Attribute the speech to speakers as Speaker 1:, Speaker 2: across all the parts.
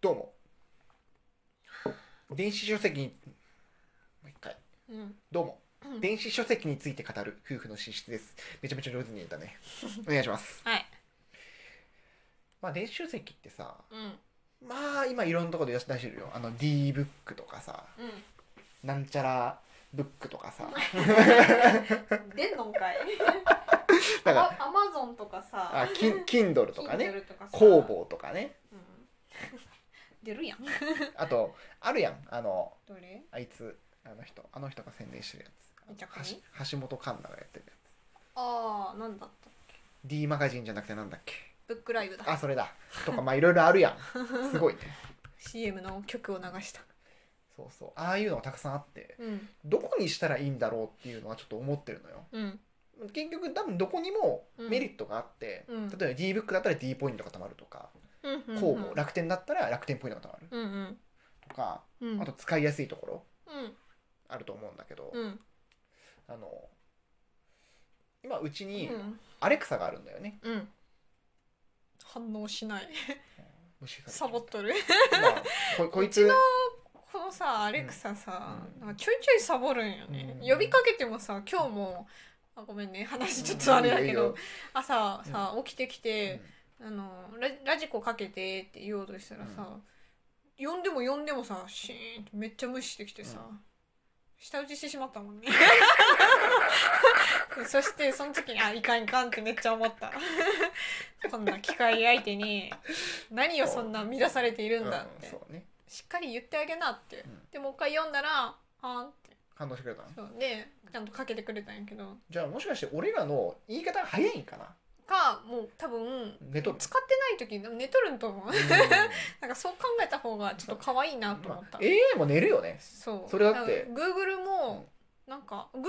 Speaker 1: どうも電子書籍にもう一回
Speaker 2: うん
Speaker 1: どうも
Speaker 2: うん
Speaker 1: 電子書籍について語る夫婦の寝室ですめちゃめちゃ上手に言えた ねお願いします
Speaker 2: はい
Speaker 1: まあ電子書籍ってさ
Speaker 2: うん
Speaker 1: まあ今いろんなところで出してるよあの D ブックとかさ
Speaker 2: う
Speaker 1: なんちゃらブックとか さ
Speaker 2: ん出んのんかい
Speaker 1: だから
Speaker 2: アマゾンとかさ
Speaker 1: あキン Kindle とかね
Speaker 2: Kindle とかさ
Speaker 1: 工房とかね
Speaker 2: うん出るやん
Speaker 1: あとあるやんあの
Speaker 2: どれ
Speaker 1: あいつあの人あの人が宣伝してるや
Speaker 2: めちゃく
Speaker 1: つ
Speaker 2: ち
Speaker 1: 橋橋本環奈がやってるやつ
Speaker 2: ああなんだった
Speaker 1: D マガジンじゃなくてなんだっけ
Speaker 2: ブックライブだ
Speaker 1: あそれだとかまあいろいろあるや んすごいね
Speaker 2: CM の曲を流した
Speaker 1: そうそうああいうのがたくさんあって
Speaker 2: うん
Speaker 1: どこにしたらいいんだろうっていうのはちょっと思ってるのよ
Speaker 2: うん
Speaker 1: 結局多分どこにも
Speaker 2: うん
Speaker 1: メリットがあって、
Speaker 2: うん
Speaker 1: 例えば D ブックだったら D ポイントが貯まるとか、
Speaker 2: うんうん
Speaker 1: 工房楽天だったら楽天ポイントが貯まる
Speaker 2: うんうん
Speaker 1: とか、
Speaker 2: うん
Speaker 1: あと使いやすいところ
Speaker 2: うん
Speaker 1: あると思うんだけど、
Speaker 2: うん
Speaker 1: あの今うちに
Speaker 2: うん
Speaker 1: アレクサがあるんだよね、
Speaker 2: うん反応しない
Speaker 1: 無視されて
Speaker 2: サボっとる
Speaker 1: まあここいうつ
Speaker 2: ちのこのさアレクサさ、
Speaker 1: うん
Speaker 2: なんかちょいちょいサボるんよね、
Speaker 1: うん
Speaker 2: 呼びかけてもさ今日もあごめんね話ちょっとあれだ
Speaker 1: いいよい
Speaker 2: け
Speaker 1: い
Speaker 2: ど
Speaker 1: よ
Speaker 2: 朝さ起きてき
Speaker 1: うん
Speaker 2: て、あのララジコかけてって言おうとしたらさ、呼んでも呼んでもさシーンってめっちゃ無視してきてさ、
Speaker 1: う
Speaker 2: 舌打ちしてしまったもんね そしてその時にあいかんいかんってめっちゃ思った そんな機械相手に何をそんな乱されているんだって、
Speaker 1: うんそうね
Speaker 2: しっかり言ってあげなって、
Speaker 1: うん
Speaker 2: でもう一回読んだら「あん」って
Speaker 1: 反応してくれたの
Speaker 2: そうでちゃんとかけてくれたんやけど
Speaker 1: じゃあもしかして俺らの言い方が早いんかな
Speaker 2: かもう多分
Speaker 1: 寝とる
Speaker 2: 使ってない時に寝とるんと思う
Speaker 1: う ん
Speaker 2: なんかそう考えた方がちょっと可愛いなと思
Speaker 1: ま
Speaker 2: った、
Speaker 1: あ AI も寝るよね
Speaker 2: そう
Speaker 1: それだって
Speaker 2: なんか Google もなんか Google はね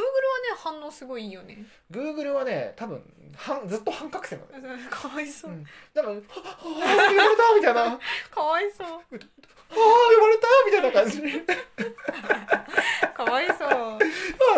Speaker 2: 反応すごいいいよね
Speaker 1: Google はね多分はんずっと半覚醒なんだよ
Speaker 2: かわいそう、
Speaker 1: うんだから「はあ呼ばれた」みたいな「はあ
Speaker 2: かわいそう
Speaker 1: 呼ばれた」みたいな感じで
Speaker 2: かわいそう
Speaker 1: 「ああ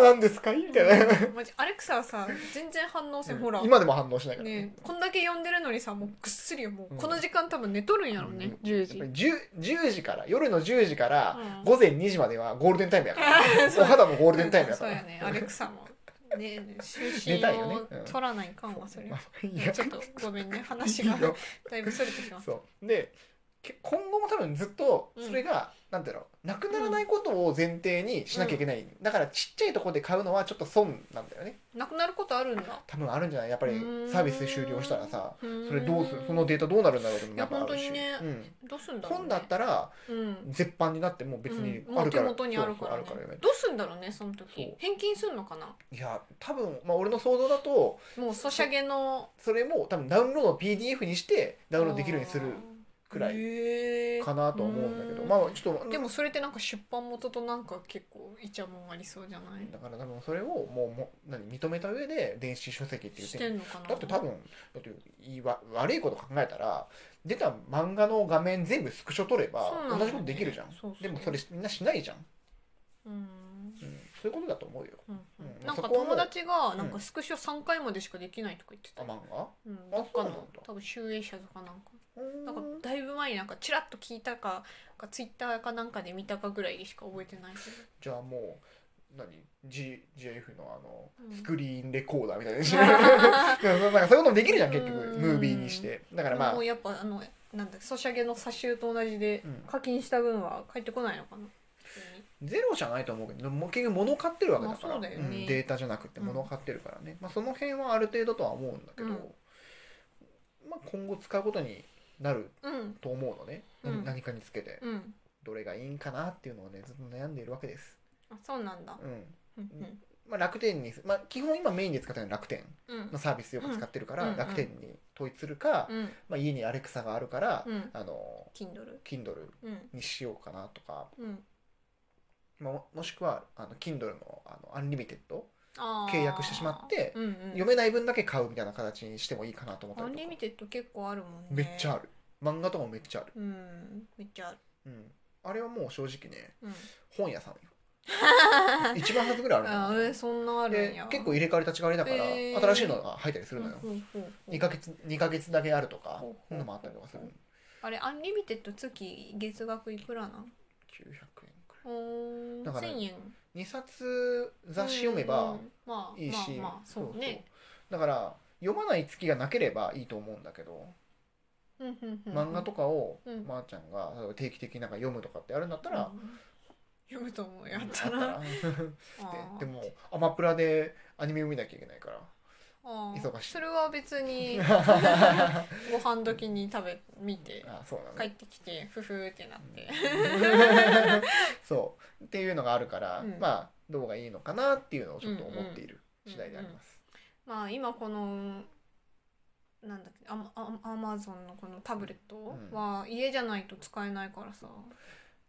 Speaker 1: 何ですか?」みたいな
Speaker 2: マジアレクサはさ全然反応せん、ほら
Speaker 1: 今でも反応しないから
Speaker 2: ねこんだけ呼んでるのにさもうぐっすりよもう、
Speaker 1: うん
Speaker 2: この時間多分寝とるんやろうね、
Speaker 1: うん
Speaker 2: 10
Speaker 1: やっ
Speaker 2: 時
Speaker 1: ぱり 10, 10時から夜の10時から
Speaker 2: うん
Speaker 1: 午前2時まではゴールデンタイムやから、
Speaker 2: そう
Speaker 1: お肌もゴールデンタイムやか
Speaker 2: そう
Speaker 1: ら
Speaker 2: やねアレクサもねね
Speaker 1: 寝
Speaker 2: 就
Speaker 1: たいよね
Speaker 2: 寝を
Speaker 1: うん
Speaker 2: 取らないかんわそれ
Speaker 1: ま
Speaker 2: は
Speaker 1: あ いい
Speaker 2: ね
Speaker 1: や
Speaker 2: ちょっとごめんね話が
Speaker 1: いいよ
Speaker 2: だいぶそれてしまう
Speaker 1: そうでけ今後も多分ずっとそれが、なんていうのなくならないことを前提にしなきゃいけない、だからちっちゃいところで買うのはちょっと損なんだよね
Speaker 2: なくなることあるんだ
Speaker 1: 多分あるんじゃないやっぱり
Speaker 2: うーん
Speaker 1: サービス終了したらさ
Speaker 2: そ
Speaker 1: それどうするそのデータどうなるんだろうってのもやっぱある
Speaker 2: い
Speaker 1: し、
Speaker 2: や本
Speaker 1: う
Speaker 2: 当
Speaker 1: ん、
Speaker 2: どうすんだろう、ね、
Speaker 1: 本だったら
Speaker 2: うん
Speaker 1: 絶版になってもう別に
Speaker 2: うん、も
Speaker 1: あ
Speaker 2: う
Speaker 1: るか
Speaker 2: 手
Speaker 1: ら、
Speaker 2: 元にあるから,、
Speaker 1: そ
Speaker 2: ね、
Speaker 1: うそうあるからね
Speaker 2: どうすんだろうねその
Speaker 1: そ
Speaker 2: 時
Speaker 1: う
Speaker 2: 返金すんのかない
Speaker 1: や多分、まあ、俺の想像だと
Speaker 2: もうソシャゲの
Speaker 1: それも多分ダウンロードを PDF にしてダウンロードできるようにするくらい
Speaker 2: い
Speaker 1: かなとは思うんだけど、
Speaker 2: へー
Speaker 1: まあちょっと
Speaker 2: でもそれってなんか出版元となんか結構イチャもんありそうじゃない
Speaker 1: だから多分それをもうもう何認めた上で電子書籍って言っ
Speaker 2: してて
Speaker 1: る
Speaker 2: んのかな
Speaker 1: だって多分だっていいわ悪いこと考えたら出た漫画の画面全部スクショ取れば
Speaker 2: そうなんだよね
Speaker 1: 同じことできるじゃん、
Speaker 2: そうそう
Speaker 1: でもそれみんなしないじゃん、
Speaker 2: うん
Speaker 1: うん、そういうことだと思うよ
Speaker 2: うん
Speaker 1: うん
Speaker 2: なん
Speaker 1: そ
Speaker 2: か
Speaker 1: こはもう
Speaker 2: 友達が
Speaker 1: ん
Speaker 2: なんかスクショ3回までしかできないとか言って
Speaker 1: あ
Speaker 2: た、
Speaker 1: 漫画
Speaker 2: うん、どっか
Speaker 1: そうなんだ
Speaker 2: の多分集英社とかなんかなんか
Speaker 1: うーん
Speaker 2: だいぶ前になんかチラッと聞いたかかツイッターかなんかで見たかぐらいしか覚えてないけど
Speaker 1: じゃあもう何 G GF のあの、
Speaker 2: うん
Speaker 1: スクリーンレコーダーみたいな なんかそういうこともできるじゃん結局
Speaker 2: うん
Speaker 1: ムービーにしてだからまあ
Speaker 2: もうやっぱあのなんだソシャゲの差し入と同じで
Speaker 1: うん
Speaker 2: 課金した分は返ってこないのかな、普通に
Speaker 1: ゼロじゃないと思うけどもう結局物を買ってるわけだから、
Speaker 2: まあそうだよね
Speaker 1: んデータじゃなくて
Speaker 2: うん
Speaker 1: 物を買ってるからね、まあ、その辺はある程度とは思うんだけど、
Speaker 2: うん
Speaker 1: まあ、今後使うことになる
Speaker 2: うん
Speaker 1: と思うのね、
Speaker 2: うん
Speaker 1: 何かにつけて
Speaker 2: うん
Speaker 1: どれがいいんかなっていうのをねずっと悩んでいるわけです、
Speaker 2: あそうなんだ
Speaker 1: うん
Speaker 2: うん
Speaker 1: まあ、楽天に、まあ、基本今メインで使ってるのは楽天
Speaker 2: うんうん
Speaker 1: のサービスよく使ってるか
Speaker 2: うん
Speaker 1: ら
Speaker 2: うん
Speaker 1: 楽天に統一するか、
Speaker 2: うん
Speaker 1: まあ、家にアレクサがあるから、
Speaker 2: うん
Speaker 1: あの
Speaker 2: Kindle
Speaker 1: Kindle
Speaker 2: うん
Speaker 1: にしようかなとか、
Speaker 2: うん
Speaker 1: まあ、ももしくはあの Kindle のあのアンリミテッド
Speaker 2: あー
Speaker 1: 契約してしまって
Speaker 2: うんうん、
Speaker 1: 読めない分だけ買うみたいな形にしてもいいかなと思った
Speaker 2: ア
Speaker 1: り
Speaker 2: ン
Speaker 1: と
Speaker 2: リ
Speaker 1: か
Speaker 2: ミテッド結構あるもんね
Speaker 1: めっちゃある漫画とかもめっちゃある、
Speaker 2: うんめっちゃある
Speaker 1: うん、あれはもう正直ね
Speaker 2: うん
Speaker 1: 本屋さんよ 一番冊ぐらいある
Speaker 2: あ
Speaker 1: の
Speaker 2: えそんなあるん
Speaker 1: で
Speaker 2: や
Speaker 1: 結構入れ替わり立ち替わりだから、
Speaker 2: へー
Speaker 1: 新しいのが入ったりするのよ、
Speaker 2: うんうんうん
Speaker 1: 2ヶ月二ヶ月だけあるとか
Speaker 2: ほうほう
Speaker 1: そんなのもあったりとかする
Speaker 2: あれアンリミテッド月月額いくらなん
Speaker 1: 900円くらい
Speaker 2: おー
Speaker 1: だから
Speaker 2: 1000円
Speaker 1: 2冊雑誌読めば
Speaker 2: うんまあ
Speaker 1: いいし、
Speaker 2: まあ、まあ、そうね
Speaker 1: そうだから読まない月がなければいいと思うんだけど、
Speaker 2: うんうんうん
Speaker 1: 漫画とかを、
Speaker 2: うん
Speaker 1: まーちゃんが例えば定期的になんか読むとかってあるんだったら、
Speaker 2: うん読むと思うよ
Speaker 1: あ
Speaker 2: あ
Speaker 1: っ
Speaker 2: った
Speaker 1: た
Speaker 2: ら
Speaker 1: ら
Speaker 2: あー
Speaker 1: ででもアマプラでアニメを見なきゃいけないから
Speaker 2: あー
Speaker 1: 忙しい
Speaker 2: それは 別にご飯時に食べ見て
Speaker 1: あそうなの、
Speaker 2: 帰ってきてふふーってなって
Speaker 1: うん そうっていうのがあるから、
Speaker 2: うん
Speaker 1: まあどうがいいのかなっていうのをちょっと思っている次第であります。
Speaker 2: まあ今このなんだっけアマアマアマゾンのこのタブレット
Speaker 1: うん
Speaker 2: は家じゃないと使えないからさ、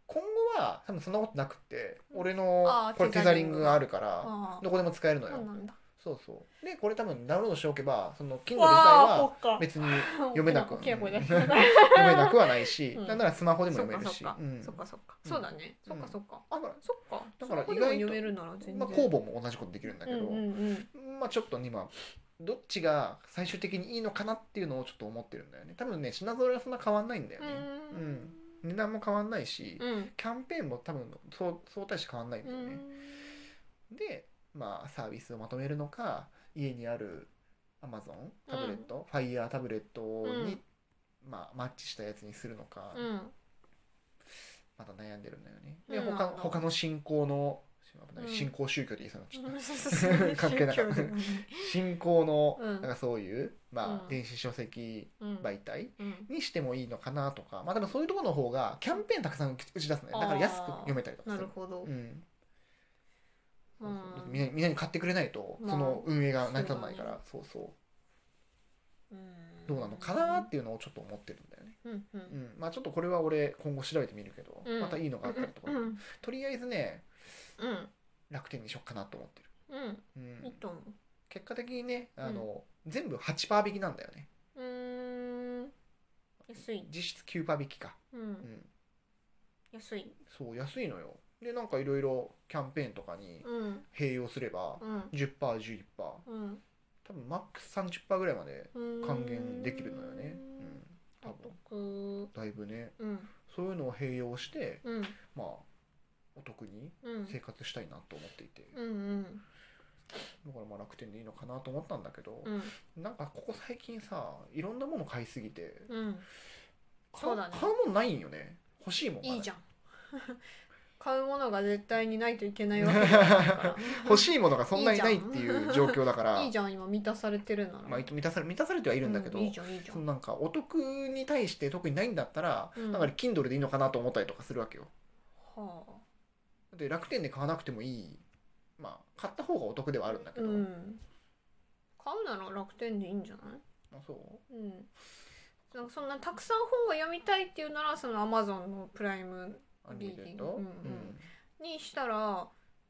Speaker 1: 今後は多分そんなことなくって
Speaker 2: うん
Speaker 1: 俺
Speaker 2: あ
Speaker 1: の
Speaker 2: ー
Speaker 1: これテ
Speaker 2: テザ
Speaker 1: ザ
Speaker 2: リ
Speaker 1: リ
Speaker 2: ン
Speaker 1: ン
Speaker 2: グ
Speaker 1: グ
Speaker 2: が
Speaker 1: があるから
Speaker 2: ああ
Speaker 1: どこでも使えるの
Speaker 2: そう
Speaker 1: よ。
Speaker 2: なんだ
Speaker 1: そうそうでこれ多分ダウンロードしておけばその Kindle 自体
Speaker 2: わあそ
Speaker 1: は
Speaker 2: っか
Speaker 1: 別に読めなく
Speaker 2: 大きな声出し
Speaker 1: 読めなくはないし、
Speaker 2: うん
Speaker 1: なんならスマホでも
Speaker 2: そっ
Speaker 1: 読める
Speaker 2: かそっ
Speaker 1: し。
Speaker 2: か
Speaker 1: うん
Speaker 2: そっかそっか
Speaker 1: うん
Speaker 2: そうだねそっかそっかあ
Speaker 1: だから
Speaker 2: そっか
Speaker 1: だから
Speaker 2: そこでも
Speaker 1: 意外と
Speaker 2: 読めるなら全然
Speaker 1: まあ、公募も同じことできるんだけど、
Speaker 2: うんうんうん
Speaker 1: まあちょっとね今どっちが最終的にいいのかなっていうのをちょっと思ってるんだよね多分ね品揃えはそんな変わんないんだよね、値段も変わんないし、
Speaker 2: うんうん
Speaker 1: キャンペーンも多分そう相対して変わんないんだよね、でまあサービスをまとめるのか家にある Amazon タブレット、Fire タブレットに、まあ、マッチしたやつにするのか、
Speaker 2: うん
Speaker 1: また悩んでるんだよねで
Speaker 2: うん
Speaker 1: 他他の信仰の危ない
Speaker 2: うん
Speaker 1: 信仰宗教で言いそうになっちゃった、
Speaker 2: うん
Speaker 1: 関係なかった
Speaker 2: 宗教だね
Speaker 1: 信仰の
Speaker 2: うん
Speaker 1: なんかそういう、ま
Speaker 2: う
Speaker 1: あ
Speaker 2: ん、
Speaker 1: 電子書籍
Speaker 2: うん
Speaker 1: 媒体
Speaker 2: うん
Speaker 1: にしてもいいのかなとか、まあ、でもそういうところの方がキャンペーンたくさん打ち出すねだから安く読めたりとか
Speaker 2: な
Speaker 1: する
Speaker 2: るほど
Speaker 1: うんそううんそうみんなみんなに買ってくれないと
Speaker 2: まあ
Speaker 1: その運営が成り立たないから、そうそう
Speaker 2: うん
Speaker 1: どうなのかなっていうのをちょっと思ってるんだよね、
Speaker 2: うんう
Speaker 1: うんんまあ、ちょっとこれは俺今後調べてみるけど、
Speaker 2: うん
Speaker 1: またいいのがあったりとか、
Speaker 2: うん
Speaker 1: とりあえずね
Speaker 2: うん
Speaker 1: 楽天にしよっかなと思ってる、
Speaker 2: うん
Speaker 1: うん
Speaker 2: いいと思う
Speaker 1: 結果的にねあの、全部8%引きなんだよね
Speaker 2: うーん安い
Speaker 1: 実質9%引きか、
Speaker 2: う
Speaker 1: うんん、
Speaker 2: 安い
Speaker 1: そう安いのよでなんかいろいろキャンペーンとかに
Speaker 2: うん
Speaker 1: 併用すれば
Speaker 2: うん
Speaker 1: 10%、11%多
Speaker 2: うん
Speaker 1: 分マックス30%ぐらいまで還
Speaker 2: 還
Speaker 1: 元できるのよね、うん、多分
Speaker 2: お得
Speaker 1: だいぶね
Speaker 2: うん
Speaker 1: そういうのを併用して
Speaker 2: うん
Speaker 1: まあお得に
Speaker 2: うん
Speaker 1: 生活したいなと思っていて
Speaker 2: うんうん
Speaker 1: だからまあ楽天でいいのかなと思ったんだけど
Speaker 2: う、ん
Speaker 1: なんかここ最近さいろんなもの買いすぎて
Speaker 2: うん
Speaker 1: 買
Speaker 2: そうだね
Speaker 1: 買うもんないんよね欲しいもん
Speaker 2: いいじ
Speaker 1: ゃん
Speaker 2: ゃん 買うものが絶対にないといけないわけじゃないか
Speaker 1: 欲しいものがそんなにないっ
Speaker 2: いいじゃん
Speaker 1: ていう状況だから
Speaker 2: ら いいじゃん今満たされてるなら
Speaker 1: まあ、満たされ満たされてはいるんだけど、
Speaker 2: うんいいじゃんいいじゃ
Speaker 1: その
Speaker 2: ん
Speaker 1: なんかお得に対して特にないんだったら、
Speaker 2: うん
Speaker 1: なんか Kindle でいいのかなと思ったりとかするわけよ。
Speaker 2: は
Speaker 1: で楽天で買わなくてもいいまあ買った方がお得ではあるんだ
Speaker 2: あ
Speaker 1: け
Speaker 2: う
Speaker 1: ど、
Speaker 2: ん買うなら楽天でいいんじゃない
Speaker 1: まあ、そう
Speaker 2: うんなんかそんなたくさん本が読みたいっていうならそのアマゾンのプライム
Speaker 1: アニメで
Speaker 2: う
Speaker 1: と、
Speaker 2: んうんにしたら、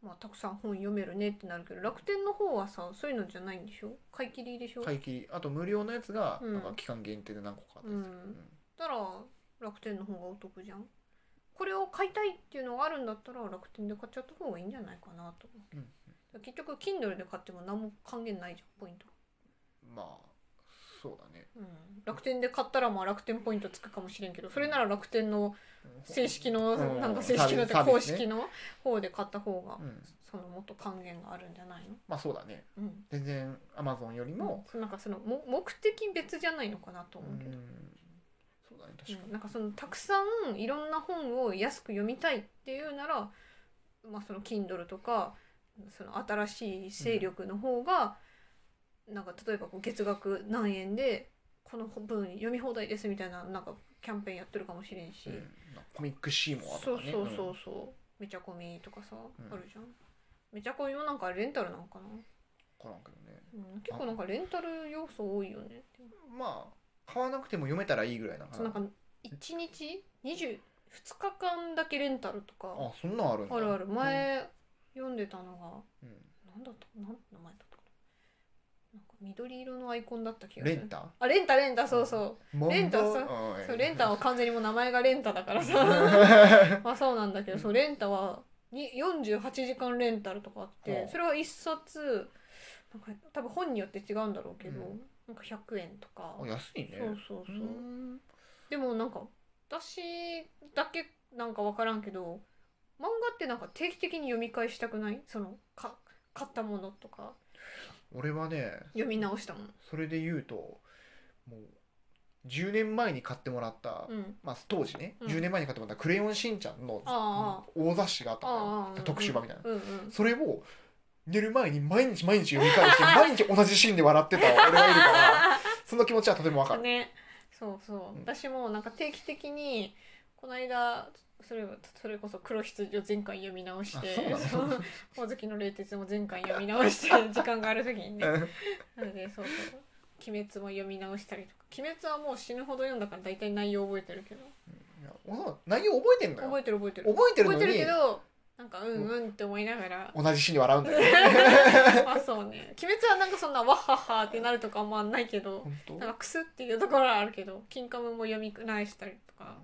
Speaker 2: まあ、たくさん本読めるねってなるけど楽天の方はさそういうのじゃないんでしょ買い切りでしょ、
Speaker 1: 買い切りあと無料のやつが
Speaker 2: うん
Speaker 1: なんか期間限定で何個かあったりする、
Speaker 2: うんだったら楽天の方がお得じゃんこれを買いたいっていうのがあるんだったら楽天で買っちゃった方がいいんじゃないかなと思
Speaker 1: う
Speaker 2: う、
Speaker 1: んうん
Speaker 2: だから結局 Kindle で買っても何も還元ないじゃんポイント、
Speaker 1: うんまあそうだね
Speaker 2: うん、楽天で買ったらまあ楽天ポイントつくかもしれんけどそれなら楽天の正式の、
Speaker 1: うん
Speaker 2: なんか正式のって
Speaker 1: サービスサー
Speaker 2: 公
Speaker 1: ビスね
Speaker 2: 式の方で買った方が
Speaker 1: うん
Speaker 2: そのもっと還元があるんじゃないの
Speaker 1: まあそうだね
Speaker 2: うん
Speaker 1: 全然 Amazon よりも、
Speaker 2: うなんかそのも目的別じゃないのかなと
Speaker 1: うん
Speaker 2: 思うけど、
Speaker 1: そうだね確か
Speaker 2: うんなんかそのたくさんいろんな本を安く読みたいっていうなら、まあ、その Kindle とかその新しい勢力の方が、なんか例えばこう月額何円でこの分読み放題ですみたいななんかキャンペーンやってるかもしれんし、
Speaker 1: に、うんなんかコミックシーモア
Speaker 2: そ
Speaker 1: と
Speaker 2: う
Speaker 1: かね
Speaker 2: そうそううそう、めちゃコミとかさ、
Speaker 1: ん
Speaker 2: あるじゃん。めちゃコミもなんかレンタルなのかな、
Speaker 1: ん、わからんけどね
Speaker 2: うん、結構なんかレンタル要素多いよね。
Speaker 1: まあ買わなくても読めたらいいぐらいな
Speaker 2: そうなんか1日20 2日間だけレンタルとか
Speaker 1: あそんなんあるんだ
Speaker 2: あるある前読んでたの
Speaker 1: うんうん
Speaker 2: がなんだったなん名前だったかななんか緑色のアイコンだった気がす
Speaker 1: レ
Speaker 2: る
Speaker 1: ンタ
Speaker 2: あレンタレンタそうそう、レンタ
Speaker 1: モンドん
Speaker 2: そうレ ンタは完全にもう名前がレンタだからさ まあそうなんだけどそうレンタはに48時間レンタルとかあって
Speaker 1: はあ
Speaker 2: それは一冊なんか多分本によって違うんだろうけど、
Speaker 1: うん
Speaker 2: なんか100円とか
Speaker 1: あ安いね
Speaker 2: そうそうそう
Speaker 1: ーん
Speaker 2: でもなんか私だけなんか分からんけど漫画ってなんか定期的に読み返したくないそのか買ったものとか
Speaker 1: 俺はね
Speaker 2: 読み直したもの。
Speaker 1: それで言うともう10年前に買ってもらった、
Speaker 2: うん、
Speaker 1: まあ、当時ね、
Speaker 2: うん
Speaker 1: 10年前に買ってもらった「クレヨンしんちゃん」の
Speaker 2: あ
Speaker 1: 大雑誌があったのよ
Speaker 2: ああ
Speaker 1: 特集版みたいな、
Speaker 2: うんうん、
Speaker 1: それを寝る前に毎日毎日読み返して毎日同じシーンで笑ってた俺がいる からその気持ちはとてもわかる、
Speaker 2: ねそうそう、
Speaker 1: うん
Speaker 2: 私もなんか定期的にこの間それそれこそ「黒羊」を前回読み直して
Speaker 1: あそうなの
Speaker 2: そう「ほおずきの冷徹」も前回読み直して時間がある時 にね
Speaker 1: うん
Speaker 2: なのでそうそう「鬼滅」も読み直したりとか「鬼滅」はもう死ぬほど読んだから大体内容覚えてるけど
Speaker 1: いや俺は内容覚えてんのよ
Speaker 2: 覚えてる覚えてる
Speaker 1: 覚えてるの
Speaker 2: 覚えてる
Speaker 1: に
Speaker 2: けどなんかうんうんって思いながら
Speaker 1: 同じシーンで笑うんだよね
Speaker 2: まあそうね「鬼滅」はなんかそんな「わっはっは」ってなるとかあんまないけど
Speaker 1: 本当
Speaker 2: なんかクスっていうところはあるけど「キンカム」も読み返したりとか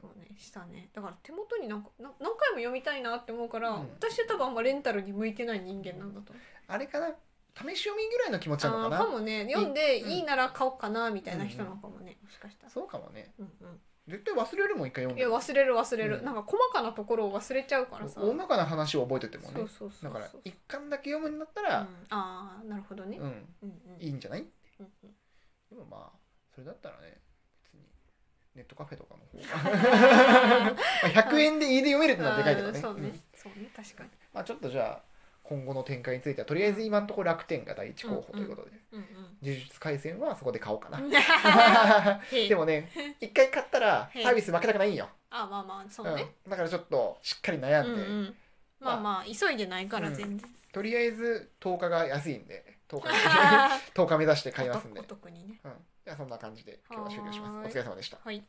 Speaker 2: そうねしたねだから手元になんかな何回も読みたいなって思うから、
Speaker 1: うん
Speaker 2: 私は多分あんまレンタルに向いてない人間なんだと思う、
Speaker 1: あれかな試し読みぐらいの気持ちな
Speaker 2: あ
Speaker 1: の
Speaker 2: あ
Speaker 1: か
Speaker 2: ー
Speaker 1: な
Speaker 2: かもね読んで
Speaker 1: うん
Speaker 2: いいなら買おうかなみたいな人なのかもね、もしかしたら、
Speaker 1: そうかもね
Speaker 2: うんうん
Speaker 1: 絶対忘れるもん一回読ん
Speaker 2: い
Speaker 1: で
Speaker 2: や忘れる忘れる、
Speaker 1: うん
Speaker 2: なんか細かなところを忘れちゃうからさ
Speaker 1: 大まかな話を覚えてても
Speaker 2: そ
Speaker 1: ね
Speaker 2: うそうそ
Speaker 1: だ
Speaker 2: う
Speaker 1: から
Speaker 2: そう
Speaker 1: 一巻だけ読むんだった
Speaker 2: う
Speaker 1: ら
Speaker 2: んああなるほどね、
Speaker 1: うん、
Speaker 2: うんうん
Speaker 1: いいんじゃない
Speaker 2: うんうん
Speaker 1: でもまあそれだったらね別にネットカフェとかの方が まあ100円で家で読めるってのはでかいけどね,、
Speaker 2: うんそうね、
Speaker 1: うん
Speaker 2: そうね確かに、
Speaker 1: まあ、ちょっとじゃあ今後の展開についてはとりあえず今のところ楽天が第一候補という ことで、
Speaker 2: うんうん
Speaker 1: 呪術廻戦はそこで買おうかな
Speaker 2: へえ
Speaker 1: でもね一回買ったら
Speaker 2: へえ
Speaker 1: サービス負けたくないんよ、
Speaker 2: あまあまあそう
Speaker 1: うん
Speaker 2: ね、
Speaker 1: だからちょっとしっかり悩
Speaker 2: うん
Speaker 1: んで、
Speaker 2: うんまあまあ急いでないから全然、
Speaker 1: とりあえず10日が安いんで10日
Speaker 2: あ
Speaker 1: 10日目指して
Speaker 2: ー
Speaker 1: 買いますんで、
Speaker 2: お
Speaker 1: うん、
Speaker 2: 得にね
Speaker 1: じゃあそんな感じで今日は終了します
Speaker 2: はーい
Speaker 1: お疲れ様でした
Speaker 2: はい